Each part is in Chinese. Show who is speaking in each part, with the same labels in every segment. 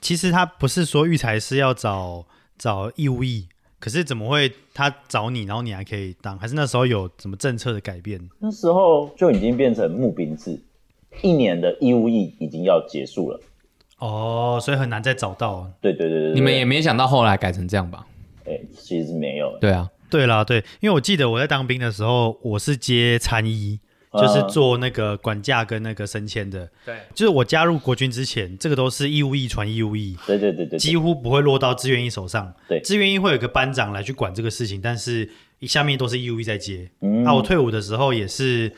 Speaker 1: 其实他不是说育才是要找找义务役，可是怎么会他找你，然后你还可以当？还是那时候有什么政策的改变？
Speaker 2: 那时候就已经变成募兵制，一年的义务役已经要结束了。
Speaker 1: 哦，所以很难再找到。
Speaker 2: 对对对对对，
Speaker 3: 你们也没想到后来改成这样吧？
Speaker 2: 哎、其实没有，
Speaker 3: 对啊，
Speaker 1: 对啦，对，因为我记得我在当兵的时候，我是接参医，就是
Speaker 2: 啊
Speaker 1: 做那个管架跟那个升迁的。
Speaker 3: 对，
Speaker 1: 就是我加入国军之前，这个都是义务役传义务役，
Speaker 2: 对对对对对
Speaker 1: 几乎不会落到志愿役手上。
Speaker 2: 对
Speaker 1: 志愿役会有个班长来去管这个事情，但是下面都是义务役在接。啊
Speaker 2: 嗯
Speaker 1: 那、我退伍的时候也是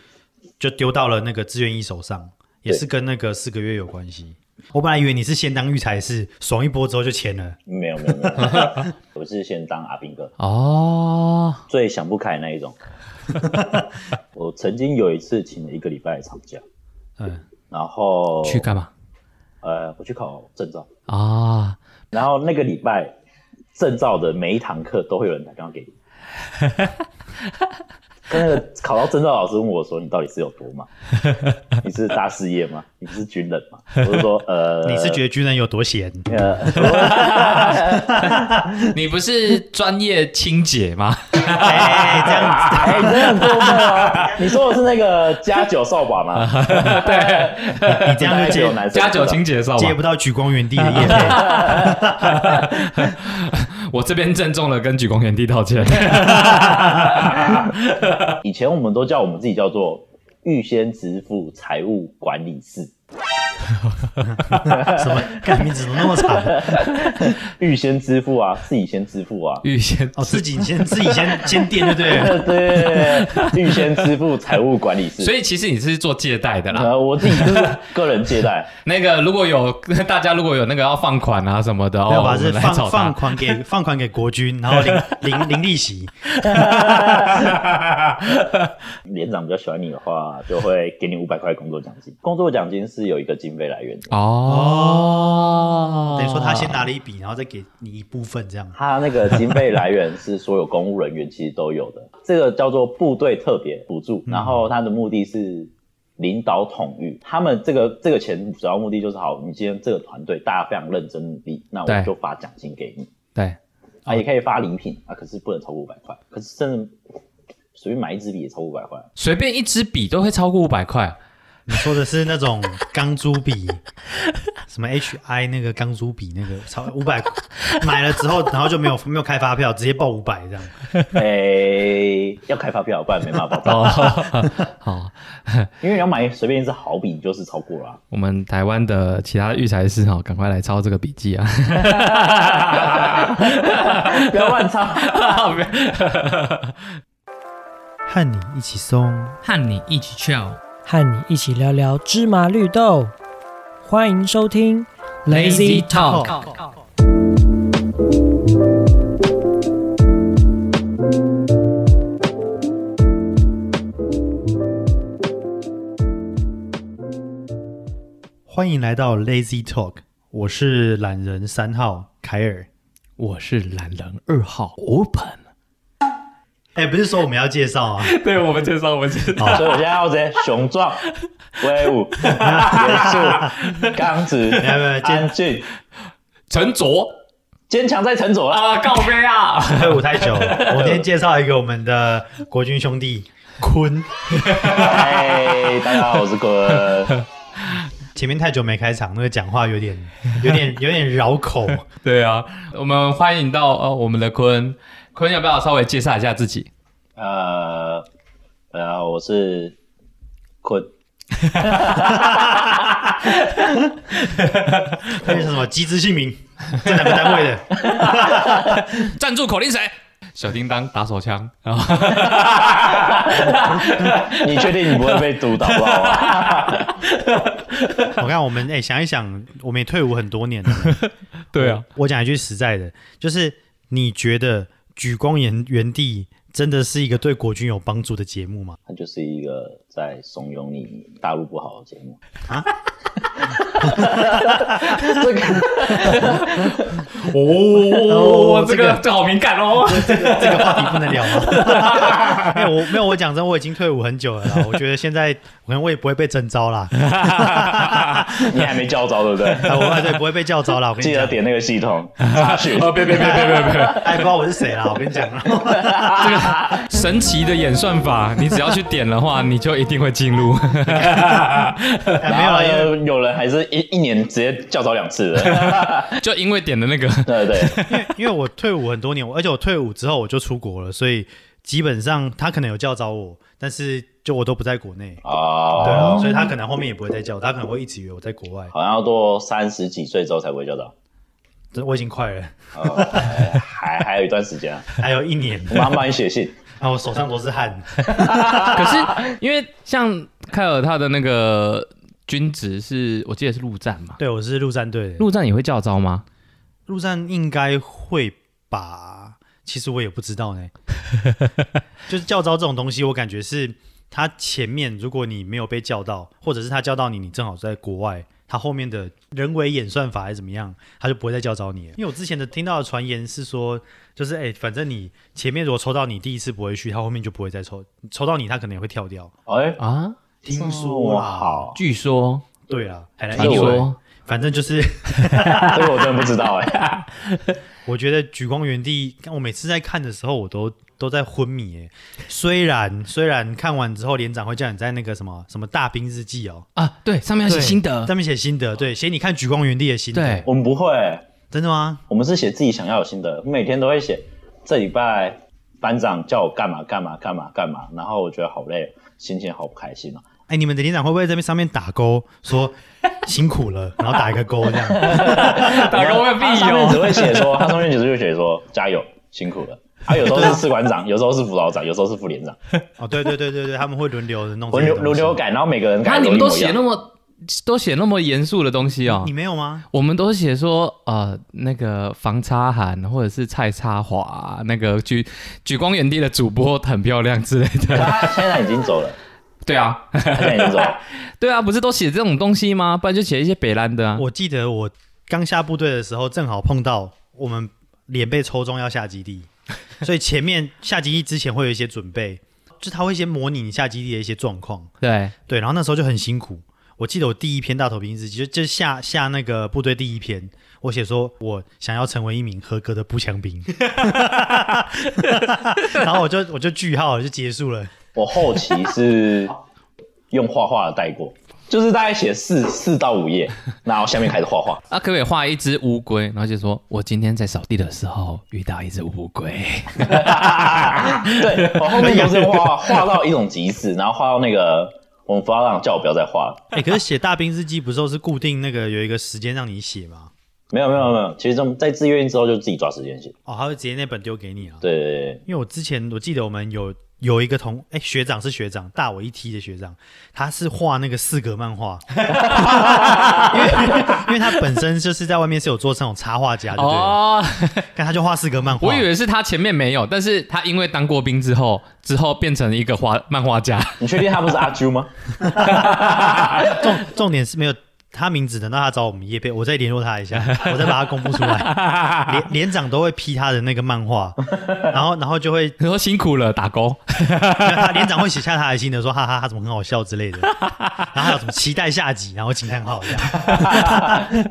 Speaker 1: 就丢到了那个志愿役手上，也是跟那个四个月有关系。我本来以为你是先当育才士，爽一波之后就签了。
Speaker 2: 没有没有没有， 我是先当阿兵哥，
Speaker 3: 哦，
Speaker 2: 最想不开那 一种。我曾经有一次请了一个礼拜的长假，
Speaker 1: 嗯，
Speaker 2: 然后
Speaker 3: 去干嘛
Speaker 2: 呃我去考证照，
Speaker 3: 啊？
Speaker 2: 然后那个礼拜证照的每一堂课都会有人打电话给你。跟那个考到证照老师问我说：“你到底是有多忙？你是大事业吗？你是军人吗？”我就说：“呃，
Speaker 1: 你是觉得军人有多 闲？
Speaker 3: 你不是专业清洁 吗？
Speaker 1: 哎、这样子。
Speaker 2: 哎，你真的很过分哦！你说的是那个加九扫把吗？
Speaker 1: 你这样就
Speaker 2: 就有
Speaker 1: 接
Speaker 2: 男生
Speaker 3: 加九清洁扫
Speaker 1: 接
Speaker 3: 吧
Speaker 1: 不。到举光原地的夜配，
Speaker 3: 我这边郑重的跟举光原地道 歉。
Speaker 2: 以前我们都叫我们自己叫做预先支付财务管理室，
Speaker 1: 什么？看名字怎么那么长？
Speaker 2: 预先支付啊，自己先支付啊。
Speaker 3: 预先
Speaker 1: 哦，自己先自己先先垫就对了。
Speaker 2: 对，预先支付财务管理室。
Speaker 3: 所
Speaker 2: 以
Speaker 3: 以其实你是做借贷的
Speaker 1: 嗯
Speaker 3: 啦。
Speaker 2: 呃，我自己就是 个人借贷，
Speaker 3: 那个如果有 大家如果有那个要放款啊什么的，
Speaker 1: 没有
Speaker 3: 哦，
Speaker 1: 吧？
Speaker 3: 我
Speaker 1: 是
Speaker 3: 们来
Speaker 1: 放
Speaker 3: 找
Speaker 1: 放
Speaker 3: 他。
Speaker 1: 款给放款给国军，然后 零零零利息。
Speaker 2: 连长比较喜欢你的话，就会给你五百块工作奖金。工作奖金是有一个经费来源的，
Speaker 3: 哦，
Speaker 1: 等于说他先拿了一笔，然后再给你一部分这样。
Speaker 2: 它那个经费来源是所有公务人员其实都有的，这个叫做部队特别补助，
Speaker 3: 嗯
Speaker 2: 然后它的目的是领导统御，他们这个这个钱主要目的就是好，你今天这个团队大家非常认真努力，那
Speaker 3: 对哦
Speaker 2: 我就发奖金给你
Speaker 3: 对，
Speaker 2: 啊，也可以发礼品啊，可是不能超过五百块，可是真的随便买一支笔也超五百块，
Speaker 3: 随便一支笔都会超过五百块。
Speaker 1: 你说的是那种钢珠 笔，什么 HI 那个钢珠笔那个超五百，买了之后然后就没有没有开发票，直接报五百这样。
Speaker 2: 哎、要开发票，不然没办法报
Speaker 3: 哦，
Speaker 2: 账，
Speaker 3: 好，
Speaker 2: 因为你要买随便一支好笔，你就是超过了、啊。
Speaker 3: 我们台湾的其他育才师哦哈，赶快来抄这个笔 记啊！
Speaker 2: 啊 不要乱抄。
Speaker 1: 和你一起松。
Speaker 3: 和你一起哦 chill。
Speaker 4: 和你一起聊聊芝麻绿豆。欢迎收听
Speaker 3: Lazy Talk。
Speaker 1: 欢迎来到 Lazy Talk，我是懒人三号凯尔。
Speaker 3: 我是懒人二号 Open。
Speaker 1: 哎，不是说我们要介绍 啊，
Speaker 3: 对我们介绍，我们介
Speaker 1: 哦
Speaker 3: 绍。
Speaker 2: 所以我现在要直接雄壮、威 武、严肃、刚直、
Speaker 1: 没有没有
Speaker 2: 安静、
Speaker 3: 陈卓
Speaker 2: 坚强在沉着啦。
Speaker 3: 啊，告飞啊！
Speaker 1: 退伍太久了。我今天介绍一个我们的国军兄弟坤，
Speaker 2: 嗨，哎大家好，我是坤。
Speaker 1: 前面太久没开场，那个讲话有点有点有点绕口。
Speaker 3: 对啊，我们欢迎到呃我们的坤，坤要不要稍微介绍一下自己？
Speaker 2: 呃呃，我是坤，
Speaker 1: 那是什么机制姓名？ 这两个单位的，
Speaker 3: 赞助口令谁？小叮当打手枪，然后
Speaker 2: 你确定你不会被毒打到 啊？
Speaker 1: 我看我们哎、想一想，我们也退伍很多年了。
Speaker 3: 对啊，
Speaker 1: 我讲一句实在的，就是你觉得举光原原地真的是一个对国军有帮助的节目吗？
Speaker 2: 它就是一个在怂恿你大陆不好的节目。这个
Speaker 3: 哦，这
Speaker 1: 这
Speaker 3: 个
Speaker 1: 个
Speaker 3: 这个好敏感哦。
Speaker 1: 这个这个话题不能聊啊吗？ 没有，我没有，我讲真，我已经退伍很久了啦。我觉得现在可能我也不会被征召啦，
Speaker 2: 你还没叫着对不对？
Speaker 1: 啊我对不会被叫招啦。我跟
Speaker 2: 记
Speaker 1: 你
Speaker 2: 得
Speaker 1: 讲，
Speaker 2: 点那个系 统查询。
Speaker 3: 哦，别别别别别 别！
Speaker 1: 哎，不知道我是谁啦。我跟你讲，
Speaker 3: 这个神奇的演算法，你只要去点的话，你就一定会进入。
Speaker 1: 哎没有
Speaker 2: 然后
Speaker 1: 啦，因为
Speaker 2: 有有人还是一一年直接叫着两 次的，
Speaker 3: 就因为点的那个，
Speaker 2: 对对，
Speaker 1: 因为因为我退伍很多年，我而且我退伍之后我就出国了，所以基本上他可能有叫招我，但是就我都不在国内。
Speaker 2: 哦，
Speaker 1: 对啊，所以他可能后面也不会再叫我，他可能会一直以为我在国外。
Speaker 2: 好像要到三十几岁之后才不会叫到，
Speaker 1: 这我已经快了，
Speaker 2: 哦还还还有一段时 间啊，
Speaker 1: 还有一年，
Speaker 2: 我们要帮你写信，
Speaker 1: 然后我手上都是汗。
Speaker 3: 可是因为像凯尔他的那个军职是，我记得是陆战嘛，
Speaker 1: 对，我是陆战队的，
Speaker 3: 陆战也会叫招吗？
Speaker 1: 陆战应该会吧？其实我也不知道呢。就是叫招这种东西，我感觉是他前面如果你没有被叫到，或者是他叫到你，你正好在国外，他后面的人为演算法还是怎么样，他就不会再叫招你了。因为我之前的听到的传言是说，就是哎、反正你前面如果抽到你第一次不会去，他后面就不会再抽，抽到你他可能也会跳掉。
Speaker 2: 哎，
Speaker 3: 啊，
Speaker 1: 听
Speaker 2: 说
Speaker 1: 说
Speaker 2: 啦
Speaker 1: 啦，
Speaker 3: 据说，
Speaker 1: 对啦，海南
Speaker 2: 哎
Speaker 3: 听
Speaker 1: 英
Speaker 2: 呦
Speaker 1: 文，
Speaker 3: 说，
Speaker 1: 反正就是
Speaker 2: 这个我真的不知道哎，
Speaker 1: 我觉得《举光原地》，我每次在看的时候，我都都在昏迷耶。虽然虽然看完之后，连长会叫你在那个什么什么大兵日记哦，
Speaker 3: 啊，对，上面要写
Speaker 1: 对
Speaker 3: 心得，
Speaker 1: 上面写心得，对，写你看《举光原地》的心得
Speaker 3: 对，
Speaker 2: 我们不会，
Speaker 1: 真的吗？
Speaker 2: 我们是写自己想要有心得，每天都会写，这礼拜班长叫我干嘛干嘛干嘛干嘛，然后我觉得好累，心情好不开心啊，
Speaker 1: 哎，你们的连长会不会在那上面打勾说 辛苦了，然后打一个勾这样？
Speaker 3: 打个问
Speaker 2: 他
Speaker 3: 必
Speaker 2: 上面只
Speaker 3: 有。
Speaker 2: 会写说， 他上面只是会写说加油，辛苦了。他、有时候是士官长，有时候是辅导长，有时候是副连长，
Speaker 1: 哦，对对对对对，他们会轮流的弄这
Speaker 2: 轮
Speaker 1: 些
Speaker 2: 流
Speaker 1: 东西
Speaker 2: 轮流，改，然后每个人
Speaker 3: 那
Speaker 2: 改
Speaker 3: 啊你们
Speaker 2: 一模
Speaker 3: 都
Speaker 2: 一
Speaker 3: 写
Speaker 2: 样
Speaker 3: 那么都写那么严肃的东西哦
Speaker 1: 你？没有吗？
Speaker 3: 我们都写说，呃，那个房插涵或者是蔡插华，那个举举光原地的主播很漂亮之类的。
Speaker 2: 他现在已经走了，
Speaker 3: 对啊，
Speaker 2: 他现在已经走了。
Speaker 3: 对啊，不是都写这种东西吗？不然就写一些北兰的啊。
Speaker 1: 我记得我刚下部队的时候，正好碰到我们连被抽中要下基地，所以前面下基地之前会有一些准备，就他会先模拟你下基地的一些状况，
Speaker 3: 对，
Speaker 1: 对，然后那时候就很辛苦。我记得我第一篇大头兵日记，就就下下那个部队第一篇，我写说我想要成为一名合格的步枪兵， 然后我就我就句号就结束了。
Speaker 2: 我后期是用画画的带过，就是大概写四四到五页，然后下面开始画画。
Speaker 3: 啊，可不可以画一只乌龟？然后就说，我今天在扫地的时候遇到一只乌龟。
Speaker 2: 对我后面都是用画画，画到一种极致，然后画到那个我们辅导长叫我不要再画了。
Speaker 1: 哎、可是写大兵日记不是都是固定那个有一个时间让你写吗？
Speaker 2: 没有没有没有，其实这种在自愿之后就自己抓时间写。
Speaker 1: 哦，他会直接那本丢给你啊？
Speaker 2: 对对对，
Speaker 1: 因为我之前我记得我们有有一个同哎、学长是学长，大我一梯的学长，他是画那个四格漫画， 因为因为他本身就是在外面是有做这种插画家，对不对了？
Speaker 3: 哦，
Speaker 1: 但他就画四格漫画，
Speaker 3: 我以为是他前面没有，但是他因为当过兵之后，之后变成一个画漫画家。
Speaker 2: 你确定他不是阿啾吗？
Speaker 1: 重重点是没有。他名字，等到他找我们叶贝，我再联络他一 下，我再把他公布出来。连连长都会批他的那个漫画，然后然后就会
Speaker 3: 你说辛苦了，打勾。
Speaker 1: 他连长会写下他的心得，说哈哈，他怎么很好笑之类的，然后还有什么期待下集，然后惊叹号这样。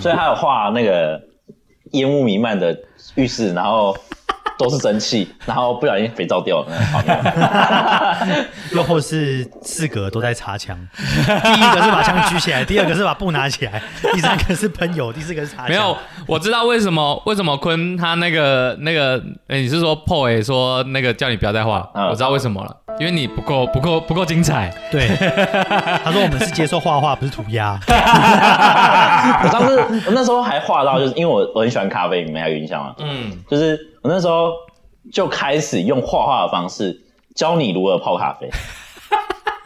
Speaker 2: 所以他有画那个烟雾弥漫的浴室，然后都是蒸汽，然后不小心肥皂掉了那个画面。
Speaker 1: 又或是四个都在插枪，第一个是把枪举起来，第二个是把布拿起来，第三个是喷油，第四个是插枪。
Speaker 3: 没有，我知道为什么为什么坤他那个那个，哎你是说 p o 说那个叫你不要再画，
Speaker 2: 嗯
Speaker 3: 我知道为什么了，因为你不够不够不够精彩。
Speaker 1: 对，他说我们是接受画画，不是涂鸦。
Speaker 2: 我上次我那时候还画到，就是因为我我很喜欢咖啡，你们还有印象吗？
Speaker 3: 嗯，
Speaker 2: 就是我那时候就开始用画画的方式教你如何泡咖啡。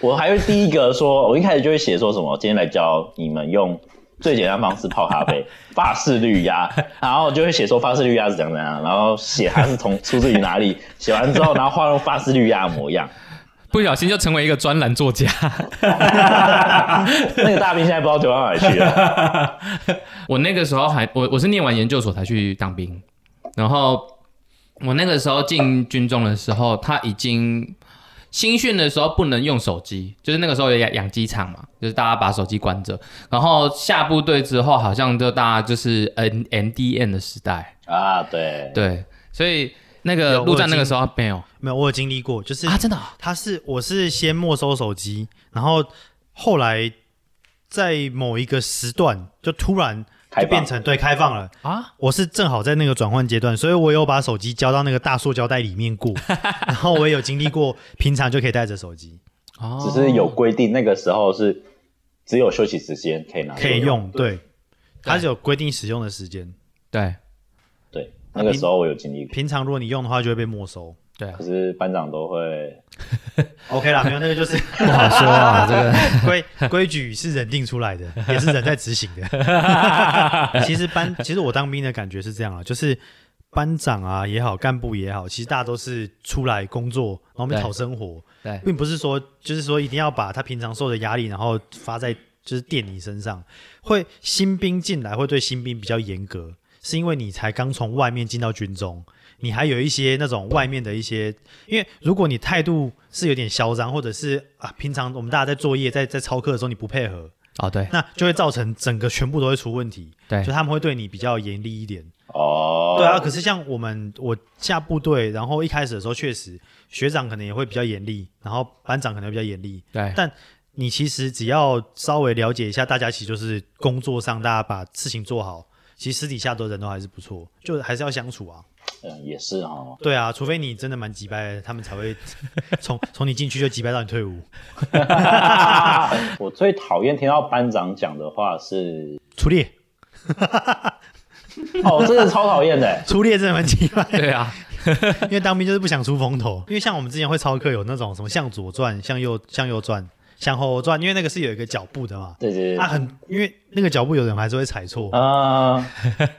Speaker 2: 我还会第一个说，我一开始就会写说什么，今天来教你们用最简单的方式泡咖啡，法式绿压，然后就会写说法式绿压是怎样怎样，然后写它是从出自于哪里，写完之后，然后画用法式绿压的模样，
Speaker 3: 不小心就成为一个专栏作家。
Speaker 2: 那个大兵现在不知道丢到哪里去了。
Speaker 3: 我那个时候还我我是念完研究所才去当兵，然后我那个时候进军中的时候，他已经新训的时候不能用手机，就是那个时候有养养鸡场嘛，就是大家把手机关着。然后下部队之后，好像就大家就是 N N D N 的时代，
Speaker 2: 啊，对，
Speaker 3: 对，所以那个
Speaker 1: 有
Speaker 3: 陆战那个时候没有
Speaker 1: 没有，我有经历过，就是
Speaker 3: 啊，真的哦、
Speaker 1: 他是我是先没收手机，然后后来在某一个时段就突然
Speaker 2: 开
Speaker 1: 就
Speaker 2: 放
Speaker 1: 变成对开放了。
Speaker 3: 啊，
Speaker 1: 我是正好在那个转换阶段，所以我有把手机交到那个大塑胶袋里面过， 然后我也有经历过，平常就可以带着手机，
Speaker 3: 哦
Speaker 2: 只是有规定，那个时候是只有休息时间可以拿，
Speaker 1: 可以。用。对，它是有规定使用的时间，
Speaker 3: 对
Speaker 2: 对，那个时候我有经历过，
Speaker 1: 平常如果你用的话就会被没收。
Speaker 3: 对啊
Speaker 2: 可，是班长都会
Speaker 1: OK 啦，没有那个就是
Speaker 3: 不好说啊，这个
Speaker 1: 规规矩是人定出来的，也是人在执行的。其实班，其实我当兵的感觉是这样啊，就是班长啊也好，干部也好，其实大家都是出来工作，然后我们
Speaker 3: 对
Speaker 1: 讨生活，
Speaker 3: 对
Speaker 1: 并不是说就是说一定要把他平常受的压力，然后发在就是电你身上。会新兵进来会对新兵比较严格，是因为你才刚从外面进到军中，你还有一些那种外面的一些，因为如果你态度是有点嚣张，或者是啊，平常我们大家在作业在在操课的时候你不配合，
Speaker 3: 哦对
Speaker 1: 那就会造成整个全部都会出问题，
Speaker 3: 对
Speaker 1: 就他们会对你比较严厉一点。
Speaker 2: 哦，
Speaker 1: 对啊，可是像我们我下部队，然后一开始的时候确实学长可能也会比较严厉，然后班长可能会比较严厉，
Speaker 3: 对
Speaker 1: 但你其实只要稍微了解一下，大家其实就是工作上大家把事情做好，其实私底下都人都还是不错，就还是要相处啊。
Speaker 2: 嗯，也是哈，
Speaker 1: 对啊，除非你真的蛮急掰的，他们才会从 从你进去就急掰到你退伍。
Speaker 2: 我最讨厌听到班长讲的话是，
Speaker 1: 初恋，。
Speaker 2: 哦，这个超讨厌的
Speaker 1: 初恋真的蛮急掰的，
Speaker 3: 对啊，
Speaker 1: 因为当兵就是不想出风头。因为像我们之前会操课有那种什么向左转、向右、向右转、向后转，因为那个是有一个脚步的嘛。
Speaker 2: 对对对，
Speaker 1: 啊，很因为那个脚步有人还是会踩错，
Speaker 2: 啊，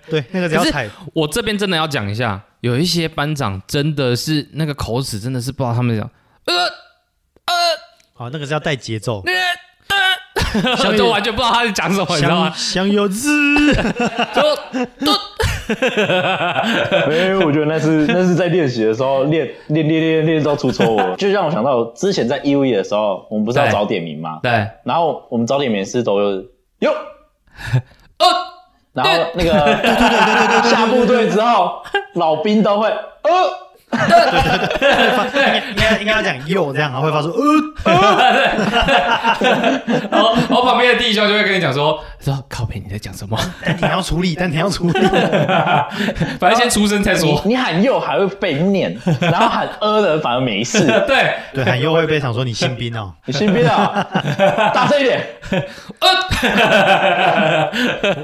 Speaker 1: 对，那个只要
Speaker 3: 可是
Speaker 1: 踩
Speaker 3: 我这边真的要讲一下，有一些班长真的是那个口齿真的是不知道他 们讲，呃
Speaker 1: 啊，那个是要带节奏。
Speaker 3: 呃呃，小就完全不知道他在讲什么，你知道
Speaker 1: 向
Speaker 3: 吗？
Speaker 1: 向右 之。
Speaker 3: 就
Speaker 2: 没有，因为我觉得那是那是在练习的时候练练练练练到出错误，就让我想到之前在 E V 的时候，我们不是要
Speaker 3: 对
Speaker 2: 早点名吗？
Speaker 3: 对，
Speaker 2: 然后我们早点名是都有哟，
Speaker 3: 呃，
Speaker 2: 然后那个对对对对对下部队之后，老兵都会呃。
Speaker 1: 应该应该要讲右这样，然后会发出呃，
Speaker 3: 然后然后旁边的弟兄就会跟你讲说，说靠北你在讲什么？
Speaker 1: 丹田要处理，丹田要处理，
Speaker 3: 反正先出声再说。
Speaker 2: 你你喊右还会 被念，然后喊呃的人反而没事。
Speaker 3: 对，
Speaker 1: 对，喊右会被想说你新兵哦。
Speaker 2: 你新兵啊，大声一点。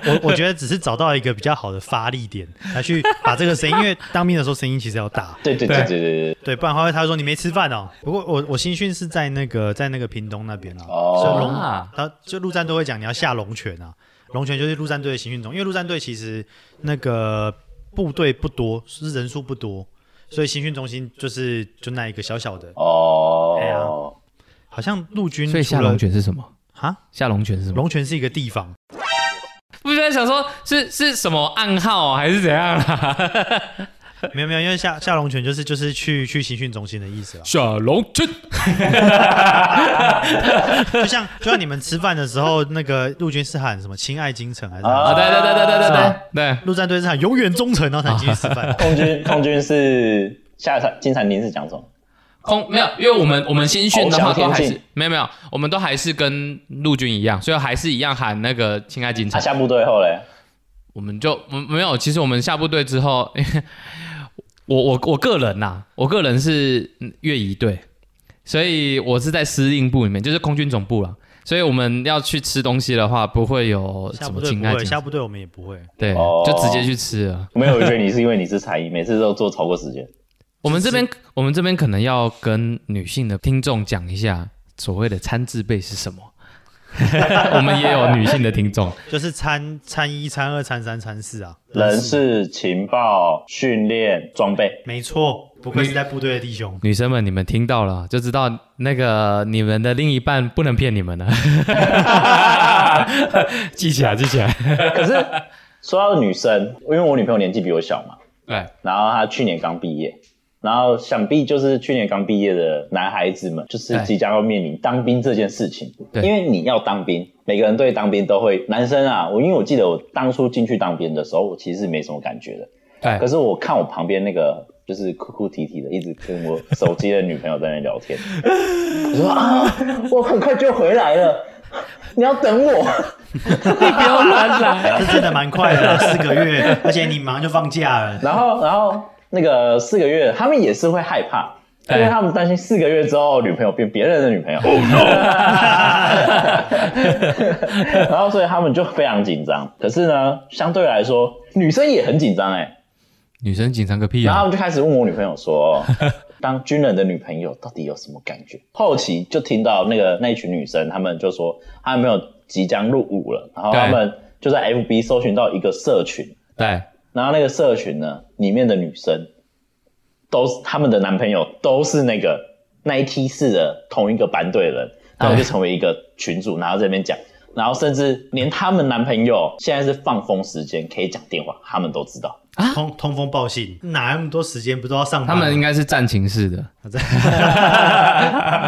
Speaker 1: 我我觉得只是找到一个比较好的发力点来去把这个声音，因为当兵的时候声音其实要大，
Speaker 2: 对对对对对对，
Speaker 1: 对，不然的话他会说你没吃饭哦。不过我我新训是在那个在那个屏东那边啊，
Speaker 2: 哦
Speaker 1: 所以龙
Speaker 3: 啊
Speaker 1: 他就陆战队会讲你要下龙泉啊，龙泉就是陆战队的行训中，因为陆战队其实那个部队不多，是人数不多，所以行训中心就是就那一个小小的，哎呀
Speaker 2: 哦，
Speaker 1: 好像陆军
Speaker 3: 所以下
Speaker 1: 除了
Speaker 3: 龙卷是什么？
Speaker 1: 啊，
Speaker 3: 下龙卷是什么？
Speaker 1: 龙泉是一个地方，
Speaker 3: 不是在想说是是什么暗号啊还是怎样啊啦？。
Speaker 1: 没有没有，因为下下龙泉就是就是去去行训中心的意思啊
Speaker 3: 下龙卷，
Speaker 1: 就像就像你们吃饭的时候，那个陆军是喊什么“亲爱京城”还是喊什
Speaker 3: 啊，
Speaker 1: 么
Speaker 3: 对对对对对对
Speaker 1: 是
Speaker 3: 对
Speaker 1: 吧
Speaker 3: 对，
Speaker 1: 陆战队是喊“永远忠诚”，然后才继续吃饭。
Speaker 2: 空军空军是下场金蝉林是讲什么？
Speaker 3: 空没有，因为我们我们新训
Speaker 2: 翱
Speaker 3: 的话
Speaker 2: 翔
Speaker 3: 都
Speaker 2: 天
Speaker 3: 还
Speaker 2: 际
Speaker 3: 是没有没有，我们都还是跟陆军一样，所以还是一样喊那个“亲爱警察
Speaker 2: 他”啊下部队后嘞，
Speaker 3: 我们就我没有，其实我们下部队之后，因为我我我个人呐、我个人是嗯越仪队，所以我是在司令部里面，就是空军总部啦。所以我们要去吃东西的话，不会有
Speaker 1: 下
Speaker 3: 什
Speaker 1: 部
Speaker 3: 哦么
Speaker 1: 队
Speaker 3: 亲
Speaker 1: 不
Speaker 3: 爱
Speaker 1: 会，
Speaker 3: 警
Speaker 1: 下
Speaker 3: 察，
Speaker 1: 部队我们也不会。
Speaker 3: 对，
Speaker 2: 哦
Speaker 3: 就直接去吃了。
Speaker 2: 没有，我觉得你是因为你是才艺，每次都做超过时间。
Speaker 3: 我们这边，我们这边可能要跟女性的听众讲一下所谓的餐制备是什么。我们也有女性的听众，
Speaker 1: 就是参参一、参二、参三、参四啊。
Speaker 2: 人事、情报、训练、装备，
Speaker 1: 没错，不愧是在部队的弟 兄，
Speaker 3: 女生们，你们听到了就知道，那个你们的另一半不能骗你们了，记起来，记起来。
Speaker 2: 可是说到女生，因为我女朋友年纪比我小嘛，
Speaker 3: 对，
Speaker 2: 然后她去年刚毕业，然后想必就是去年刚毕业的男孩子们，就是
Speaker 3: 对
Speaker 2: 即将要面临当兵这件事情。
Speaker 3: 对
Speaker 2: 因为你要当兵，每个人对当兵都会，男生啊，我因为我记得我当初进去当兵的时候，我其实是没什么感觉的，可
Speaker 3: 对，
Speaker 2: 是我看我旁边那个就是哭哭啼啼的，一直跟我手机的女朋友在那边聊天，我说啊，我很快就回来了，你要等我。
Speaker 3: 不要乱来。
Speaker 1: 这真的蛮快的啦，四个月，而且你马上就放假了。
Speaker 2: 然后，然后那个四个月，他们也是会害怕，因
Speaker 3: 对
Speaker 2: 为他们担心四个月之后女朋友变别人的女朋友。 然后，所以他们就非常紧张。可是呢，相对来说，女生也很紧张哎、
Speaker 3: 女生紧张个屁
Speaker 2: 然后他
Speaker 3: 啊！
Speaker 2: 们就开始问我女朋友说，当军人的女朋友到底有什么感觉？后期就听到那个那一群女生，她们就说她们没有即将入伍了，然后
Speaker 3: 对
Speaker 2: 她们就在 FB 搜寻到一个社群，
Speaker 3: 对，
Speaker 2: 然后那个社群呢，里面的女生都是她们的男朋友都是那个那一梯次的同一个班队人，然后就成为一个群主，然后在那边讲，然后甚至连她们男朋友现在是放风时间可以讲电话，他们都知道。
Speaker 1: 通通风报信，哪那么多时间？不都要上班吗？
Speaker 3: 啊他们应该是战情式的。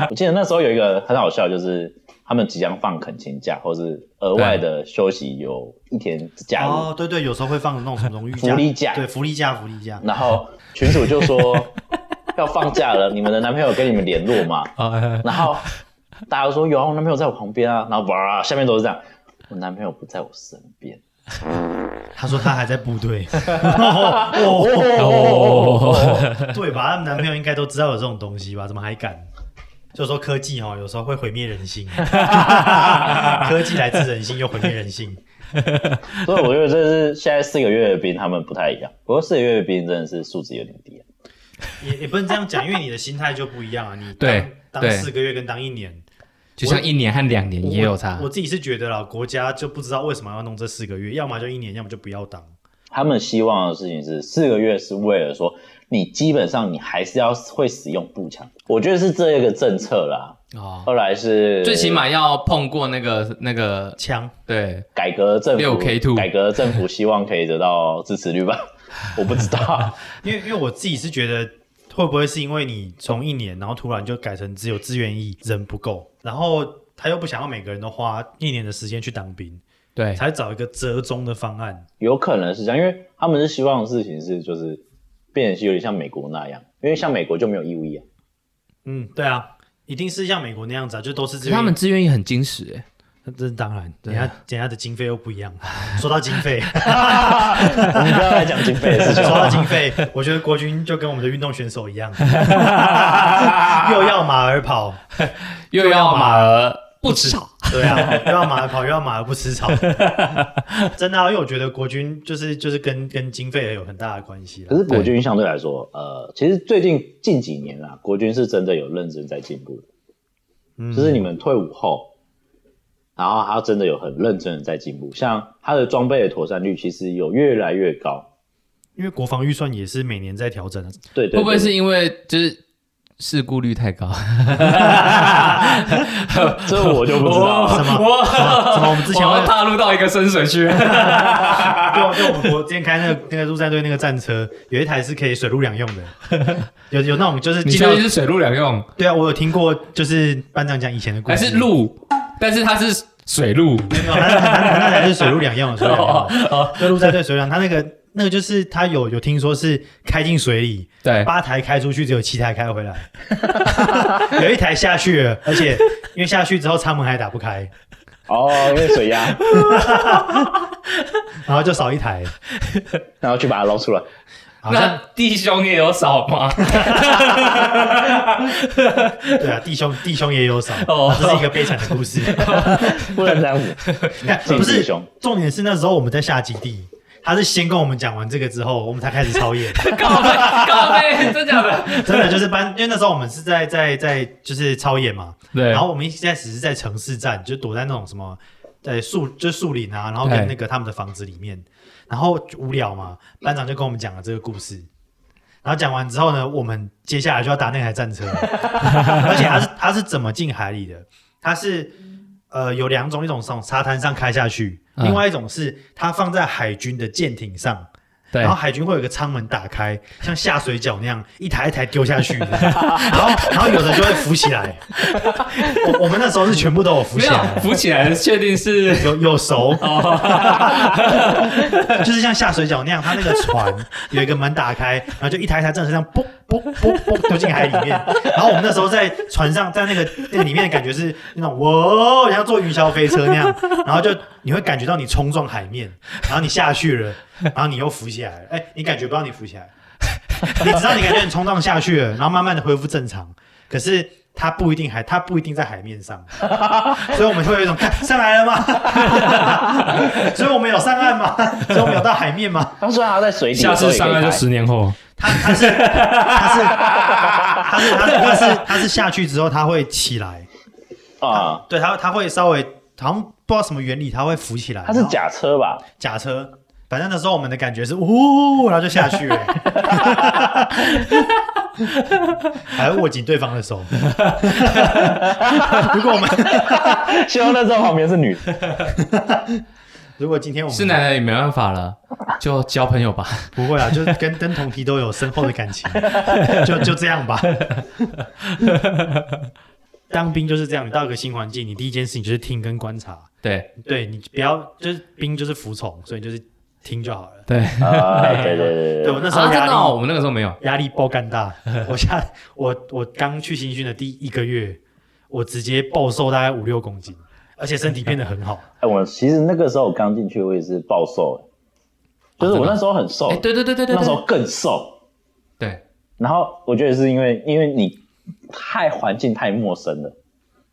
Speaker 2: 我记得那时候有一个很好笑，就是他们即将放恳亲假或是额外的休息有一天假 日，
Speaker 1: 哦，对对，有时候会放那种什么荣誉假、
Speaker 2: 福利假
Speaker 1: 对，福利假、福利假。
Speaker 2: 然后群主就说要放假了，你们的男朋友跟你们联络吗？
Speaker 3: 哦呃
Speaker 2: 然后大家都说有啊，我男朋友在我旁边啊，然后哇，下面都是这样，我男朋友不在我身边。
Speaker 1: 他说他还在部队， 哦，
Speaker 3: 哦，
Speaker 1: 对吧？他们男朋友应该都知道有这种东西吧？怎么还敢？就说科技哦，有时候会毁灭人性， 科技来自人性又毁灭人性。
Speaker 3: 哦
Speaker 2: 所以我觉得这是现在四个月的兵他们不太一样，不过四个月的兵真的是素质有点低、啊。
Speaker 1: 也也不能这样讲，因为你的心态就不一样啊。你当
Speaker 3: 对
Speaker 1: 当
Speaker 3: 对
Speaker 1: 四个月跟当一年
Speaker 3: 就像一年和两年也有差
Speaker 1: 我。我。自己是觉得啦，国家就不知道为什么要弄这四个月，要么就一年，要么就不要当。
Speaker 2: 他们希望的事情是四个月是为了说你基本上你还是要会使用步枪，我觉得是这个政策啦。
Speaker 3: 哦，
Speaker 2: 后来是
Speaker 3: 最起码要碰过那个那个，
Speaker 1: 枪
Speaker 3: 对，
Speaker 2: 改革政府
Speaker 3: 6K2
Speaker 2: 改革政府希望可以得到支持率吧，我不知道。
Speaker 1: 因为因为我自己是觉得，会不会是因为你从一年，然后突然就改成只有志愿役，人不够，然后他又不想要每个人都花一年的时间去当兵，
Speaker 3: 对，
Speaker 1: 才找一个折中的方案。
Speaker 2: 有可能是这样，因为他们是希望的事情是就是变成是有点像美国那样，因为像美国就没有义务役啊。
Speaker 1: 嗯，对啊，一定是像美国那样子啊，就都是志愿役。
Speaker 3: 他们自愿意很矜持，哎，
Speaker 1: 这是当然，
Speaker 2: 啊
Speaker 1: 人家人家的经费又不一样。 说到经费，
Speaker 2: 我们不要来讲经费的事情
Speaker 1: 说
Speaker 2: 了。
Speaker 1: 到经费，我觉得国军就跟我们的运动选手一 样，又要马儿跑，
Speaker 3: 又要马儿不吃草。
Speaker 1: 对啊，又要马儿跑，又要马儿不吃草，真的啊、因为我觉得国军就是就是跟跟经费也有很大的关系
Speaker 2: 可
Speaker 1: 了。
Speaker 2: 是国军相对来说，呃，其实最近近几年啊，国军是真的有认真在进步的，
Speaker 1: 嗯
Speaker 2: 就是你们退伍后，然后他真的有很认真的在进步，像他的装备的妥善率其实有越来越高。
Speaker 1: 因为国防预算也是每年在调整啊的，
Speaker 2: 对对
Speaker 3: 会不会
Speaker 2: 对
Speaker 3: 是因为就是事故率 太高？
Speaker 2: 这哦我就不知道 了。
Speaker 1: 什么
Speaker 3: 我
Speaker 1: 什么我们之前
Speaker 3: 我要
Speaker 1: 会
Speaker 3: 踏入到一个深水 区。
Speaker 1: 啊就就我们国之前开那个那个陆战队那个战车，有一台是可以水陆两用的，有有那种就是
Speaker 3: 你
Speaker 1: 进
Speaker 3: 确
Speaker 1: 到
Speaker 3: 定是水陆两 用
Speaker 1: 对啊，我有听过，就是班长讲以前的故
Speaker 3: 还
Speaker 1: 事，
Speaker 3: 是陆？ 但是它是水 陆。
Speaker 1: 没有，他他他那台是水陆两用的，
Speaker 3: 哦
Speaker 1: 水陆两用，对陆战队水陆两，他那个那个就是他有有听说是开进水里，
Speaker 3: 对，
Speaker 1: 八台开出去，只有七台开回来， 有一台下去了，而且因为下去之后舱门还打不开，
Speaker 2: 哦，因为水压，
Speaker 1: 然后就少一台，
Speaker 2: 然后去把它捞出来。
Speaker 1: 好
Speaker 3: 那
Speaker 1: 像
Speaker 3: 弟兄也有少吗？
Speaker 1: 对啊，弟兄弟兄也有少，
Speaker 3: 哦
Speaker 1: 这是一个悲惨的故事。
Speaker 2: 不能这样子，
Speaker 1: 看不
Speaker 2: 弟
Speaker 1: 是
Speaker 2: 兄，
Speaker 1: 重点是那时候我们在下基地，他是先跟我们讲完这个之后，我们才开始操 演。
Speaker 3: 告背告背，真假的？
Speaker 1: 真的就是班，因为那时候我们是在在在就是超演嘛，
Speaker 3: 对
Speaker 1: 然后我们一开始是在城市站，就躲在那种什么在树就是树林啊，然后跟
Speaker 3: 对
Speaker 1: 那个他们的房子里面，然后就无聊嘛，班长就跟我们讲了这个故事，然后讲完之后呢，我们接下来就要搭那台战 车，而且它是它是怎么进海里的？它是呃有两种，一种从沙滩上开下去，
Speaker 3: 嗯
Speaker 1: 另外一种是它放在海军的舰艇上，
Speaker 3: 对
Speaker 1: 然后海军会有一个舱门打开，像下水饺那样一台一台丢下去的，然后然后有的就会浮起来。我我们那时候是全部都有浮
Speaker 3: 没
Speaker 1: 起来
Speaker 3: 有
Speaker 1: 的，
Speaker 3: 浮起来，确定是
Speaker 1: 有有熟， 就是像下水饺那样，它那个船有一个门打开，然后就一台一台战车这样嘣嘣嘣嘣丢进海里面。然后我们那时候在船上，在那个那个里面，感觉是那种哇，像坐云霄飞车那样，然后就你会感觉到你冲撞海面，然后你下去了，然后你又浮起来了，哎，你感觉不到你浮起来，你知道你感觉你冲撞下去了，然后慢慢的恢复正常，可是。它不一定还，它不一定在海面上，所以我们会有一种看上来了吗？ 所以我们有上岸吗？所以我们有到海面吗？
Speaker 2: 他虽然还在水底，
Speaker 3: 下次上岸就
Speaker 2: 死。
Speaker 3: 十年后。
Speaker 1: 它它是它是它是它是它是它是下去之后它会起来，
Speaker 2: 啊，
Speaker 1: 对它它会稍微好像不知道什么原理，它会浮起来。
Speaker 2: 它是假车吧？
Speaker 1: 假车，反正那时候我们的感觉是呜，然后就下去 了，还握紧对方的手。如果我们
Speaker 2: 希望那时候旁边是女的，
Speaker 1: 如果今天我们
Speaker 3: 是男人也没办法了，就交朋友吧。
Speaker 1: 不会啊，就是跟跟同题都有深厚的感 情，就就这样吧。当兵就是这样，你到一个新环境，你第一件事情就是听跟观察，
Speaker 3: 对
Speaker 1: 对你不要就是兵就是服从，所以你就是听就好了。
Speaker 3: 对，
Speaker 2: 啊，对对对
Speaker 1: 对
Speaker 2: 对
Speaker 1: 我
Speaker 2: 对，
Speaker 1: 那时候
Speaker 3: 啊真
Speaker 1: 压力、
Speaker 3: 的哦，我们那个时候没有。
Speaker 1: 压力爆干 大，我下我我刚去新训的第一个月，我直接暴瘦大概五六公斤，而且身体变得很 好。
Speaker 2: 哎，我其实那个时候我刚进去，我也是暴瘦，就是我那时候很瘦
Speaker 3: 哎，，对对对对对，
Speaker 2: 那时
Speaker 3: 对
Speaker 2: 候更瘦，
Speaker 3: 对，
Speaker 2: 然后我觉得是因为因为你太环境太陌生了，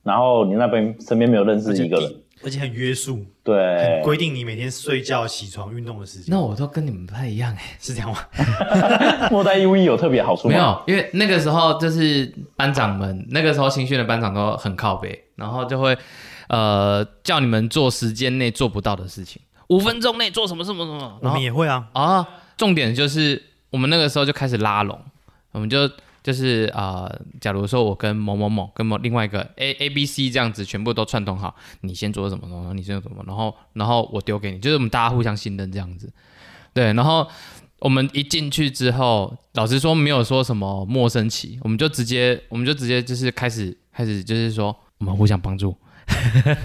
Speaker 2: 然后你那边身边没有认识一个哎人，
Speaker 1: 而且很约束，
Speaker 2: 对
Speaker 1: 很，规定你每天睡觉、起床、运动的时间。
Speaker 3: 那我都跟你们不太一样哎。
Speaker 1: 是这样吗？
Speaker 2: 莫代 U E 有特别好处吗？
Speaker 3: 没，有，因为那个时候就是班长们，那个时候新训的班长都很靠北，然后就会呃叫你们做时间内做不到的事情，五分钟内做什么什么什么，
Speaker 1: 我
Speaker 3: 然后
Speaker 1: 们也会啊，
Speaker 3: 啊，重点就是我们那个时候就开始拉拢，我们就就是啊、呃假如说我跟某某某跟某另外一个 A A B C 这样子全部都串通好，你先做什么，然后你先做什么，然后然后我丢给你，就是我们大家互相信任这样子，对，然后。我们一进去之后，老实说没有说什么陌生期，我们就直接，我们就直接就是开始开始就是说我们互相帮助，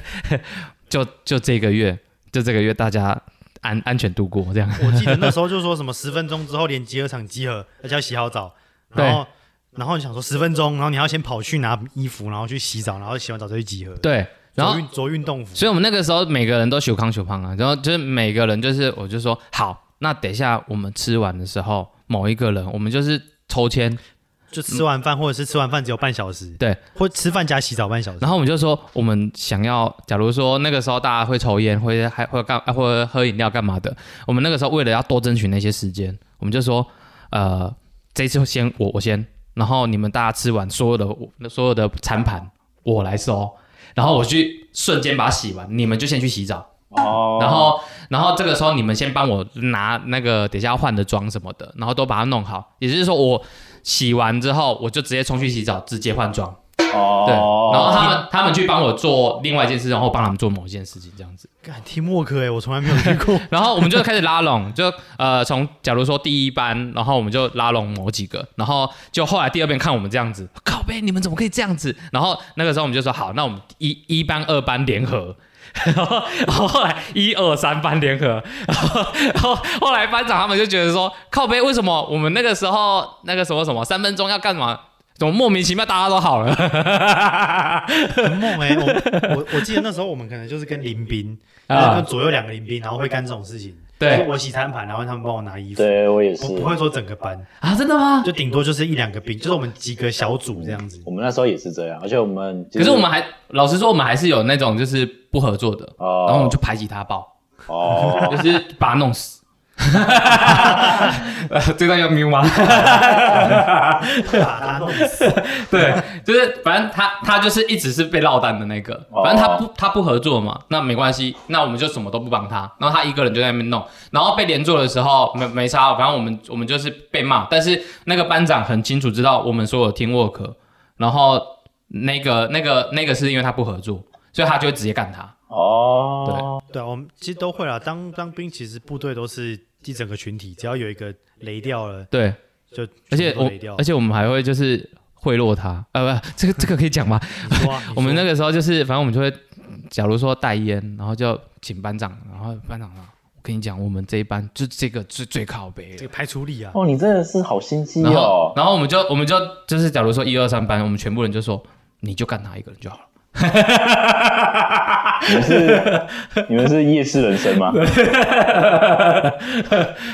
Speaker 3: 就就这个月，就这个月大家安安全度过这样。
Speaker 1: 我记得那时候就说什么十分钟之后连集合场集合，而且要洗好澡，
Speaker 3: 对
Speaker 1: 然后然后你想说十分钟，然后你要先跑去拿衣服，然后去洗澡，然后洗完澡再去集合。，
Speaker 3: 对，然后
Speaker 1: 着运着运动服，
Speaker 3: 所以我们那个时候每个人都修康修胖啊，然后就是每个人就是我就说好，那等一下我们吃完的时候，某一个人我们就是抽签，
Speaker 1: 就吃完饭或者是吃完饭只有半小时，
Speaker 3: 对，
Speaker 1: 或吃饭加洗澡半小时。
Speaker 3: 然后我们就说我们想要，假如说那个时候大家会抽烟，会还会干啊会喝饮料干嘛的，我们那个时候为了要多争取那些时间，我们就说呃这一次先我我先，然后你们大家吃完所有的我所有的餐盘我来收，然后我去瞬间把它洗完，你们就先去洗澡。
Speaker 2: 哦，
Speaker 3: 然后，然后这个时候你们先帮我拿那个等一下要换的妆什么的，然后都把它弄好。也就是说，我洗完之后，我就直接冲去洗澡，直接换装。
Speaker 2: 哦，
Speaker 3: 对，然后他们他们去帮我做另外一件事，然后帮他们做某一件事情这样子。
Speaker 1: 干 teamwork 哎、我从来没有遇 过。
Speaker 3: 然后我们就开始拉拢， 就呃从假如说第一班，然后我们就拉拢某几个，然后就后来第二遍看我们这样子，靠背你们怎么可以这样子？然后那个时候我们就说好，那我们一一班二班联合。然后，然后后来一二三班联合，然后，然后后来班长他们就觉得说，靠背为什么我们那个时候那个什么什么三分钟要干嘛？怎么莫名其妙大家都好了？
Speaker 1: 很梦哎、我我我记得那时候我们可能就是跟林斌，就
Speaker 3: 啊
Speaker 1: 是跟左右两个林斌，然后会干这种事情。
Speaker 3: 对
Speaker 1: 就是我洗餐盘，然后他们帮我拿衣服。
Speaker 2: 对我也是
Speaker 1: 我，不会说整个班，
Speaker 3: 啊，真的吗？
Speaker 1: 就顶多就是一两个兵，就是我们几个小组这样子。
Speaker 2: 我们那时候也是这样，而且我们
Speaker 3: 可是我们还老实说，我们还是有那种就是不合作的，
Speaker 2: 哦
Speaker 3: 然后我们就排挤他爆，
Speaker 2: 哦
Speaker 3: 就是把他弄死。 呃这段要 m 吗？
Speaker 1: 把他弄死。
Speaker 3: 对，就是反正他他就是一直是被落单的那个，
Speaker 2: 哦
Speaker 3: 反正他不他不合作嘛，那没关系，那我们就什么都不帮他，然后他一个人就在那边弄，然后被连坐的时候没没差，哦反正我们我们就是被骂，但是那个班长很清楚知道我们所有 teamwork，然后那个那个那个是因为他不合作，所以他就会直接干他，
Speaker 2: 哦，
Speaker 1: 对啊，我们其实都会啦。当当兵，其实部队都是一整个群体，只要有一个雷掉了，
Speaker 3: 对，
Speaker 1: 就
Speaker 3: 而且
Speaker 1: 全部
Speaker 3: 我
Speaker 1: 雷掉。
Speaker 3: 而且我们还会就是贿赂他，呃，不， 这个这个可以讲吗？
Speaker 1: 你说啊，
Speaker 3: 我们那
Speaker 1: 个
Speaker 3: 个时候就是，反正我们就会，假如说带烟，然后就请班长，然后班长啊，我跟你讲，我们这一班就这个是最靠北
Speaker 1: 这个
Speaker 3: 的。
Speaker 1: 排除力啊，
Speaker 2: 哦，你真的是好心机
Speaker 3: 然后
Speaker 2: 哦，。
Speaker 3: 然后我们就我们就就是，假如说一二三班，我们全部人就说，你就干他一个人就好 了。
Speaker 2: 你们是你们是夜市人生吗？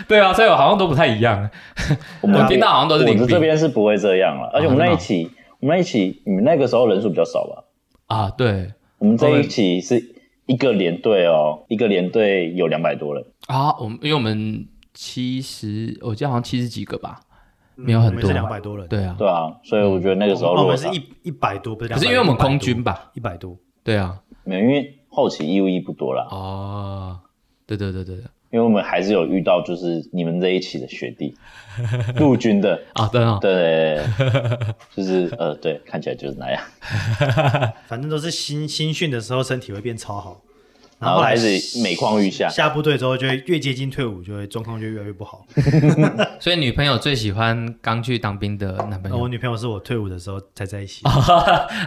Speaker 3: 对啊，所以我好像都不太一样。
Speaker 2: 我们
Speaker 3: 我
Speaker 2: 那
Speaker 3: 听到好像都是
Speaker 2: 我
Speaker 3: 领
Speaker 2: 们
Speaker 3: 兵
Speaker 2: 这边是不会这样了，而且我们那一期，我们那一期，你们那个时候人数比较少吧？
Speaker 3: 啊，对
Speaker 2: 我们这一期是一个连队哦，一个连队有两百多人，
Speaker 3: 啊，我们因为我们七十，我记得好像七十几个吧，没有很
Speaker 1: 嗯我们
Speaker 3: 多
Speaker 1: 是。两百多人，
Speaker 3: 对啊，
Speaker 2: 对啊，所以我觉得那个时候
Speaker 1: 哦，
Speaker 2: 如
Speaker 1: 我
Speaker 2: 果
Speaker 1: 们是一一百多，不是200？
Speaker 3: 可是因为我们空军吧，
Speaker 1: 一百多，
Speaker 3: 对啊，
Speaker 2: 没有，因为后期义务役不多啦，
Speaker 3: 哦，对对对对对，
Speaker 2: 因为我们还是有遇到就是你们这一期的学弟，陆军的，
Speaker 3: 啊，对啊，
Speaker 2: 对就是呃，对，看起来就是那样。
Speaker 1: 反正都是新新训的时候身体会变超好，
Speaker 2: 然
Speaker 1: 后
Speaker 2: 后
Speaker 1: 来
Speaker 2: 开始每况愈下，
Speaker 1: 下部队之后就会越接近退伍，就会状况就越来越不 好。
Speaker 3: 所以女朋友最喜欢刚去当兵的男
Speaker 1: 然
Speaker 3: 朋
Speaker 1: 后
Speaker 3: 友
Speaker 1: 哦我。女朋友是我退伍的时候才在一 起，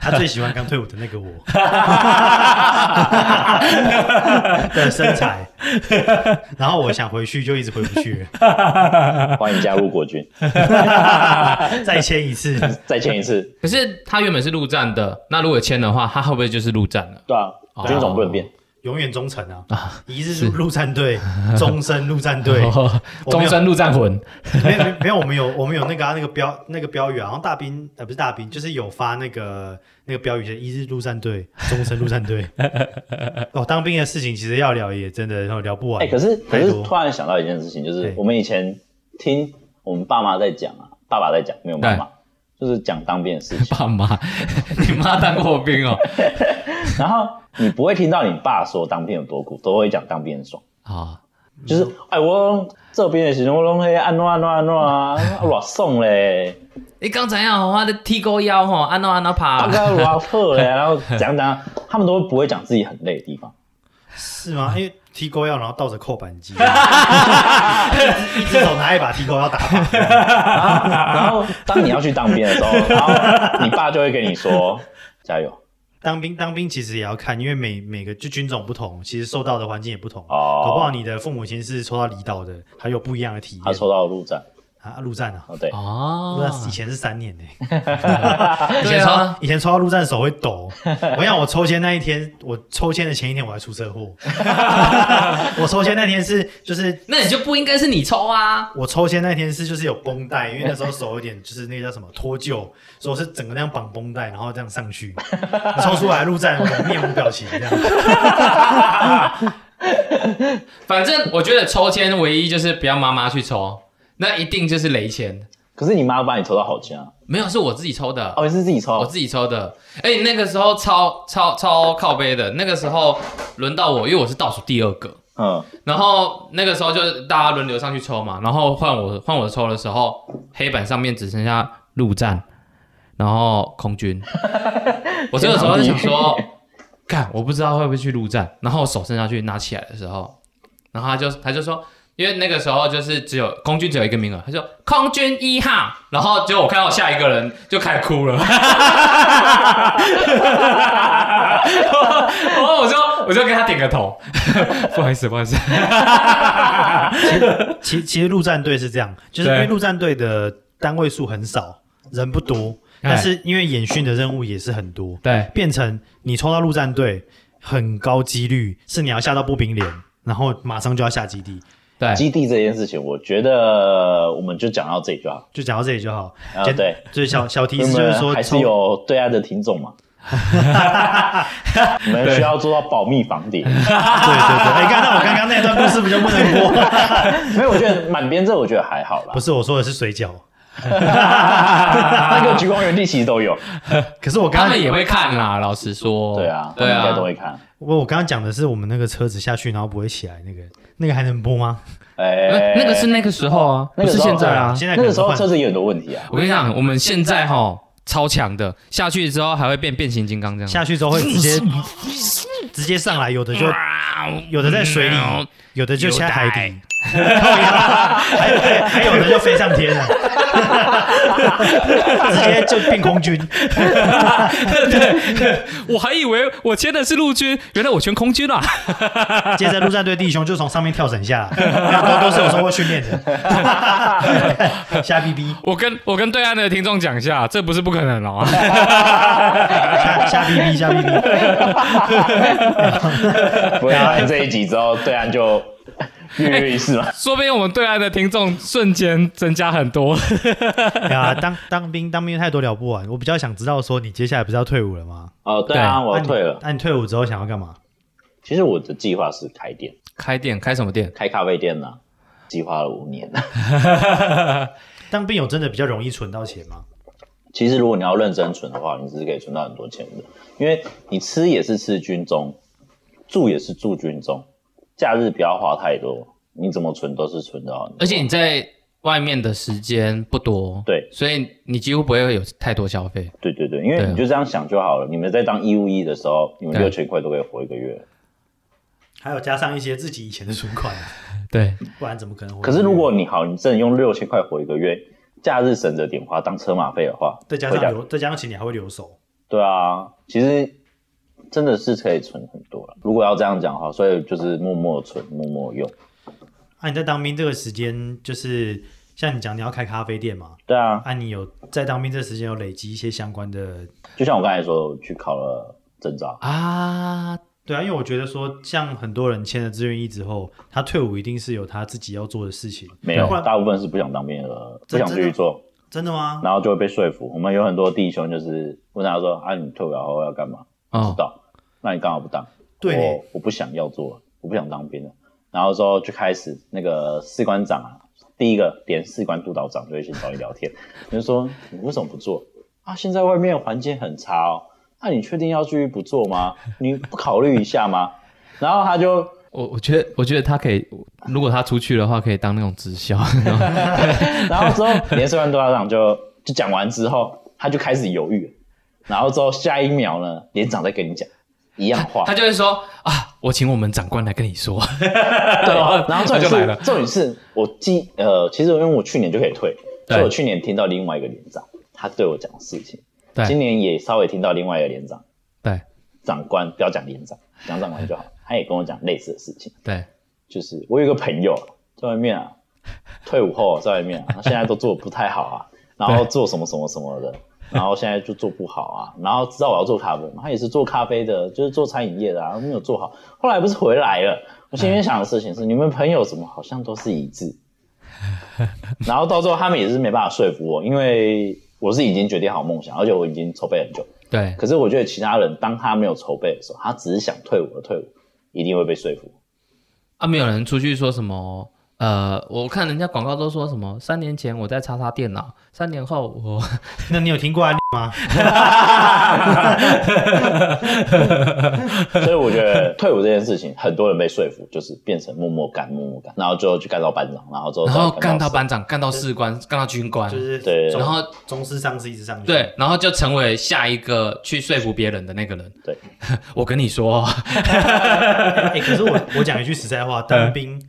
Speaker 1: 她最喜欢刚退伍的那个我 的身材，然后我想回去就一直回不去了，
Speaker 2: 欢迎加入国军，
Speaker 1: 再签一次。
Speaker 2: 再签一次，
Speaker 3: 可是他原本是陆战的，那如果签的话，他会不会就是陆战了？
Speaker 2: 对啊，
Speaker 3: 哦
Speaker 2: 军种不能变，
Speaker 1: 永远忠诚啊！一日陆战队，终身陆战 队，
Speaker 3: 哦
Speaker 1: 我没
Speaker 3: 终
Speaker 1: 有
Speaker 3: 身陆战魂
Speaker 1: 没有没有，我们有我们有那个、啊、那个标那个标语啊，然后大兵呃不是大兵，就是有发那个那个标语，就是一日陆战队，终身陆战队。哦，当兵的事情其实要聊也真的哦聊不完。
Speaker 2: 哎、可是可
Speaker 1: 太
Speaker 2: 是
Speaker 1: 多
Speaker 2: 突然想到一件事情，就是
Speaker 1: 对
Speaker 2: 我们以前听我们爸妈在讲啊，爸爸在讲，没有妈妈，就是讲当兵的事情。
Speaker 3: 爸妈， 你妈当过 兵哦？
Speaker 2: 然后你不会听到你爸说当兵有多苦，都会讲当兵很爽。
Speaker 3: 啊，
Speaker 2: 就是哎，我这边的时候我拢嘿安诺安诺安诺啊，偌爽嘞，
Speaker 3: 你刚才样我的剃钩腰哦吼，安娜安娜
Speaker 2: 啊
Speaker 3: 爬
Speaker 2: 个偌好嘞，然后讲讲，他们都不会讲自己很累的地方。
Speaker 1: 是吗？因为踢钩要然后倒着扣扳机，一只手拿一把踢钩要打靶。
Speaker 2: 然后当你要去当兵的时候，然后你爸就会跟你说加油
Speaker 1: 当兵当兵其实也要看，因为每每个就军种不同，其实受到的环境也不同。
Speaker 2: 哦
Speaker 1: 搞不好你的父母亲是抽到离岛的，还有不一样的体验。
Speaker 2: 他抽到陆战
Speaker 1: 啊，陆战啊，
Speaker 2: 哦，对，
Speaker 1: 陆
Speaker 3: 哦
Speaker 1: 战以前是三年呢、
Speaker 3: 以
Speaker 1: 以前
Speaker 3: 前
Speaker 1: 抽、
Speaker 3: 说
Speaker 1: 以前抽到陆战手会抖，我想我抽签那一天，我抽签的前一天我还出车祸。我抽签那天是就是
Speaker 3: 那你就不应该是你抽啊，
Speaker 1: 我抽签那天是就是有绷带，因为那时候手有点就是那个叫什么脱臼，所以我是整个那样绑绷带，然后这样上去， 抽出来陆战我面无表情这样。
Speaker 3: 反正我觉得抽签唯一就是不要妈妈去抽，那一定就是雷签，
Speaker 2: 可是你妈把你抽到好枪啊，
Speaker 3: 没有是我自己抽的
Speaker 2: 哦，你是自己抽
Speaker 3: 我，自己抽的。哎、那个时候超超超靠背的，那个时候轮到我，因为我是倒数第二个。
Speaker 2: 嗯，
Speaker 3: 然后那个时候就是大家轮流上去抽嘛，然后换我换我抽的时候，黑板上面只剩下陆战，然后空军。我这个时候就想说，看我不知道会不会去陆战，然后我手伸下去拿起来的时候，然后他就他就说，因为那个时候就是只有空军只有一个名额，他说空军一号，然后结果我看到下一个人就开始哭了， 然后我就我就跟他点个头， 不好意思不好意思，
Speaker 1: 其其实陆战队是这样，就是因为
Speaker 3: 对
Speaker 1: 陆战队的单位数很少，人不多，但是因为演训的任务也是很多，
Speaker 3: 对
Speaker 1: 变成你抽到陆战队，很高几率是你要下到步兵连，然后马上就要下基地。
Speaker 3: 对。
Speaker 2: 基地这件事情，我觉得我们就讲到这里就好。
Speaker 1: 就讲到这里就好。
Speaker 2: 啊
Speaker 1: 简
Speaker 2: 对，
Speaker 1: 就是小小提
Speaker 2: 因为
Speaker 1: 示
Speaker 2: 我
Speaker 1: 就是
Speaker 2: 们
Speaker 1: 说
Speaker 2: 还是
Speaker 1: 抽，
Speaker 2: 有对岸的听众嘛，我们需要做到保密防谍。
Speaker 1: 对对对，哎，刚才我刚刚那段故事比较不能播，
Speaker 2: 没有，我觉得满编这我觉得还好啦
Speaker 1: 不。是我啊说的是水饺，
Speaker 2: 那个橘光原地其实都有，
Speaker 1: 可是我刚
Speaker 3: 他
Speaker 1: 刚
Speaker 3: 们也会看啦，老实
Speaker 1: 哦
Speaker 3: 说。
Speaker 2: 对啊，
Speaker 3: 对
Speaker 2: 大家都
Speaker 3: 啊，
Speaker 2: 会看。
Speaker 1: 我我刚刚讲的是我们那个车子下去然后不会起来那个，那个还能播吗？
Speaker 2: 哎
Speaker 3: 呃那，那个是那个时候啊，
Speaker 2: 那
Speaker 3: 不
Speaker 2: 个
Speaker 3: 是
Speaker 2: 时候
Speaker 3: 现在啊
Speaker 1: 对。现在可
Speaker 2: 那
Speaker 1: 能
Speaker 2: 个时候
Speaker 1: 换
Speaker 2: 车子也有很多问题啊。
Speaker 3: 我跟你讲，我们现在哈超强的，下去之后还会变变形金刚这样。
Speaker 1: 下去之后会直接直接上来，有的就
Speaker 3: 嗯
Speaker 1: 有的在水里，有的就下海底， 啊还有还有还有的就飞上天了， 直接就变空军。
Speaker 3: 我还以为我签的是陆军，原来我签空军啊。
Speaker 1: 接着陆战队弟兄就从上面跳伞下来，都都是有受过训 练的，瞎逼逼，
Speaker 3: 我跟我跟对岸的听众讲一下，这不是不可能 哦。
Speaker 1: 瞎瞎逼逼，瞎逼逼。
Speaker 2: 不会发现这一集之后，对岸就跃跃欲 试嘛。
Speaker 3: 说不定我们对岸的听众瞬间增加很多。
Speaker 1: 对啊，当当兵当兵太多聊不完，我比较想知道说你接下来不是要退伍了吗？
Speaker 2: 哦，对啊，我要退了。
Speaker 1: 那你退伍之后想要干嘛？
Speaker 2: 其实我的计划是开店，
Speaker 3: 开店开什么店？
Speaker 2: 开咖啡店呢，计划了五年。
Speaker 1: 当兵有真的比较容易存到钱吗？
Speaker 2: 其实如果你要认真存的话，你是可以存到很多钱的，因为你吃也是吃军中，住也是住军中，假日不要花太多，你怎么存都是存到很多。
Speaker 3: 而且你在外面的时间不多，
Speaker 2: 对
Speaker 3: 所以你几乎不会有太多消费。
Speaker 2: 对对对，因为
Speaker 3: 对啊
Speaker 2: 你就这样想就好了。你们在当义务役的时候，你们
Speaker 3: 对啊
Speaker 2: 六千块都可以活一个月。
Speaker 1: 还有加上一些自己以前的存款，啊
Speaker 3: 对，
Speaker 1: 不然怎么可能活？
Speaker 2: 可是如果你好，你真的用六千块活一个月，假日省着点花当车马费的话，
Speaker 1: 再加
Speaker 2: 回家
Speaker 1: 上留，再加上钱你还会留手，
Speaker 2: 对啊，其实真的是可以存很多了。如果要这样讲的话，所以就是默默存，默默用。
Speaker 1: 啊，你在当兵这个时间，就是像你讲你要开咖啡店嘛，
Speaker 2: 对啊，
Speaker 1: 啊，你有在当兵这时间有累积一些相关的，
Speaker 2: 就像我刚才说，我去考了证照，
Speaker 3: 啊，
Speaker 1: 对啊，因为我觉得说，像很多人签了志愿役之后，他退伍一定是有他自己要做的事情，
Speaker 2: 没有
Speaker 1: 不，然
Speaker 2: 大部分是不想当兵的，不
Speaker 1: 真哦
Speaker 2: 想继续做，
Speaker 1: 真的吗？
Speaker 2: 然后就会被说服。我们有很多弟兄就是问他说：“啊，你退伍后要干嘛？”不知
Speaker 3: 哦，
Speaker 2: 道，那你刚好不当。
Speaker 1: 对呢
Speaker 2: 我我不想要做，我不想当兵了。然后之后就开始那个士官长啊，第一个连士官督导长就会去找你聊天，你就说你为什么不做啊？现在外面环境很差哦，那、你确定要继续不做吗？你不考虑一下吗？然后他就
Speaker 3: 我我觉得我觉得他可以，如果他出去的话，可以当那种直销。
Speaker 2: 然后之后连士官督导长就就讲完之后，他就开始犹豫了，然后之后下一秒呢，连长在跟你讲一样话，
Speaker 3: 他就会说啊，我请我们长官来跟你说。
Speaker 2: 对，然
Speaker 3: 然
Speaker 2: 后
Speaker 3: 后
Speaker 2: 重
Speaker 3: 他
Speaker 2: 点
Speaker 3: 就来
Speaker 2: 是
Speaker 3: 了，。
Speaker 2: 重点是我记呃，其实因为我去年就可以退，
Speaker 3: 对
Speaker 2: 所以我去年听到另外一个连长他对我讲的事情，今
Speaker 3: 对
Speaker 2: 年也稍微听到另外一个连长
Speaker 3: 对
Speaker 2: 长官，不要讲连长，讲长官就好，他也跟我讲类似的事情，
Speaker 3: 对，
Speaker 2: 就是我有一个朋友在外面啊，退伍后在外面啊，他现在都做得不太好啊，然后做什么什么什么的。然后现在就做不好啊，然后知道我要做咖啡嘛，他也是做咖啡的，就是做餐饮业的啊，没有做好。后来不是回来了，我心里面想的事情是，你们朋友怎么好像都是一致？然后到最后他们也是没办法说服我，因为我是已经决定好梦想，而且我已经筹备很久。
Speaker 3: 对
Speaker 2: 可是我觉得其他人当他没有筹备的时候，他只是想退伍而退伍，一定会被说服。
Speaker 3: 啊，没有人出去说什么。呃，我看人家广告都说什么，三年前我在叉叉电脑，三年后我
Speaker 1: 那你有听过案例啊吗？
Speaker 2: 所以我觉得退伍这件事情，很多人被说服，就是变成默默干、默默干，然后最后去干到班长，然后之后
Speaker 3: 然后干到
Speaker 2: 到
Speaker 3: 班长，干到士官，干到军官
Speaker 1: 就，是
Speaker 2: 对
Speaker 1: 中
Speaker 3: 然后
Speaker 1: 中师上司一直上去，
Speaker 3: 对，然后就成为下一个去说服别人的那个人。
Speaker 2: 对，
Speaker 3: 我跟你说，
Speaker 1: 哎、可是我 我讲一句实在话，当兵，
Speaker 3: 嗯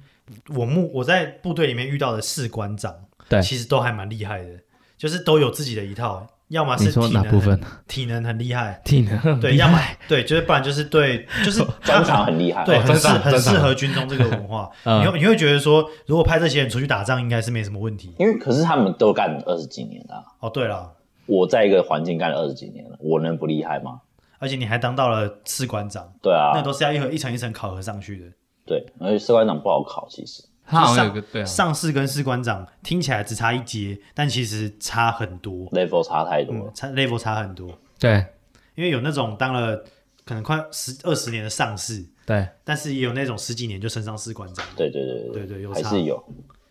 Speaker 1: 我目我在部队里面遇到的士官长，
Speaker 3: 对
Speaker 1: 其实都还蛮厉害的，就是都有自己的一套，要么
Speaker 3: 你
Speaker 1: 是
Speaker 3: 说
Speaker 1: 体
Speaker 3: 哪
Speaker 1: 能
Speaker 3: 部
Speaker 1: 很
Speaker 3: 分
Speaker 1: 体能很厉害，
Speaker 3: 挺能
Speaker 1: 对，要么对，就是不然就是对，就是他
Speaker 2: 专长很厉 害，
Speaker 1: 对，
Speaker 3: 哦
Speaker 1: 很
Speaker 3: 专
Speaker 1: 适
Speaker 3: 长
Speaker 1: 很
Speaker 3: 专长
Speaker 1: 适合军中这个文化，
Speaker 3: 嗯
Speaker 1: 你会你会觉得说，如果派这些人出去打仗，应该是没什么问题。
Speaker 2: 因为可是他们都干了二十几年了、
Speaker 1: 哦，对了，
Speaker 2: 我在一个环境干了二十几年了，我能不厉害吗？
Speaker 1: 而且你还当到了士官长，
Speaker 2: 对
Speaker 1: 那
Speaker 2: 啊，
Speaker 1: 都是要一盒一层一层考核上去的。
Speaker 2: 对，而且士官长不好考，其实
Speaker 3: 他好像
Speaker 1: 上
Speaker 3: 有个对啊，
Speaker 1: 上士跟士官长听起来只差一阶，但其实差很多，
Speaker 2: level 差太多了。
Speaker 1: 嗯，差 level 差很多。
Speaker 3: 对，
Speaker 1: 因为有那种当了可能快十二十年的上士，
Speaker 3: 对，
Speaker 1: 但是也有那种十几年就升上士官长，
Speaker 2: 对对对
Speaker 1: 对对有
Speaker 2: 还
Speaker 1: 差
Speaker 2: 是有，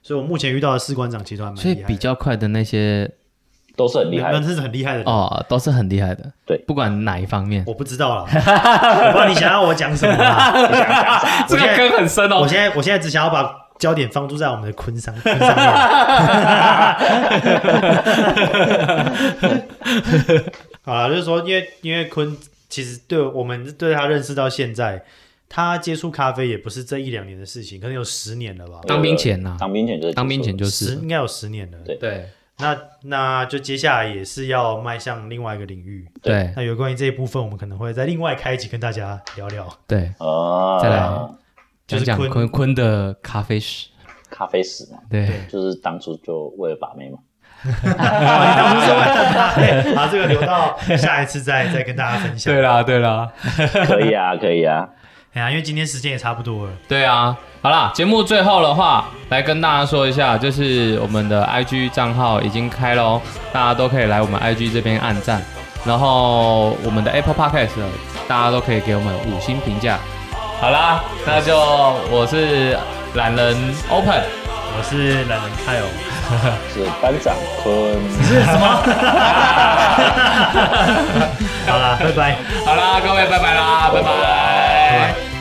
Speaker 1: 所以我目前遇到的士官长其实都还蛮
Speaker 3: 所以
Speaker 1: 厉害的，
Speaker 3: 比较快的那些
Speaker 2: 都是很厉害
Speaker 1: 那
Speaker 2: 的。
Speaker 1: 是很厉害的人。
Speaker 3: 哦，都是很厉害的，
Speaker 2: 对
Speaker 3: 不管哪一方面，
Speaker 1: 我不知道啦，我不知道你想要我讲什么啦。我现在
Speaker 3: 根很深哦
Speaker 1: 我现在我现在只想要把焦点放住在我们的昆商昆商面 好了，就是说，因为因为坤其实对我们对他认识到现在，他接触咖啡也不是这一两年的事情，可能有十年了吧，
Speaker 3: 当兵前呐、
Speaker 2: 当兵前就是
Speaker 3: 当兵前就
Speaker 1: 十
Speaker 3: 是
Speaker 1: 应该有十年了。
Speaker 2: 对
Speaker 3: 对
Speaker 1: 那那就接下来也是要迈向另外一个领域。
Speaker 3: 对
Speaker 1: 那有关于这一部分，我们可能会在另外开一集跟大家聊聊，
Speaker 3: 对，
Speaker 2: 啊，
Speaker 3: 再来
Speaker 1: 就
Speaker 3: 讲
Speaker 1: 是
Speaker 3: 讲
Speaker 1: 坤
Speaker 3: 坤坤的咖啡史，
Speaker 2: 咖啡史嘛，
Speaker 3: 对，
Speaker 2: 就是当初就为了把妹嘛。
Speaker 1: 当初是完蛋吧 对好，这个留到下一次再再跟大家分享。
Speaker 3: 啦对啦，
Speaker 2: 可以啊，可以啊，
Speaker 1: 哎呀，因为今天时间也差不多了，
Speaker 3: 对啊，好啦，节目最后的话，来跟大家说一下，就是我们的 IG 账号已经开喽，大家都可以来我们 IG 这边按赞，然后我们的 Apple Podcast 大家都可以给我们五星评价。好啦，那就我是懒人 Open，
Speaker 1: 我是懒人泰哦，
Speaker 2: 是班长坤，
Speaker 1: 好啦，拜拜。
Speaker 3: 好啦，各位拜拜啦，拜拜。
Speaker 2: 拜拜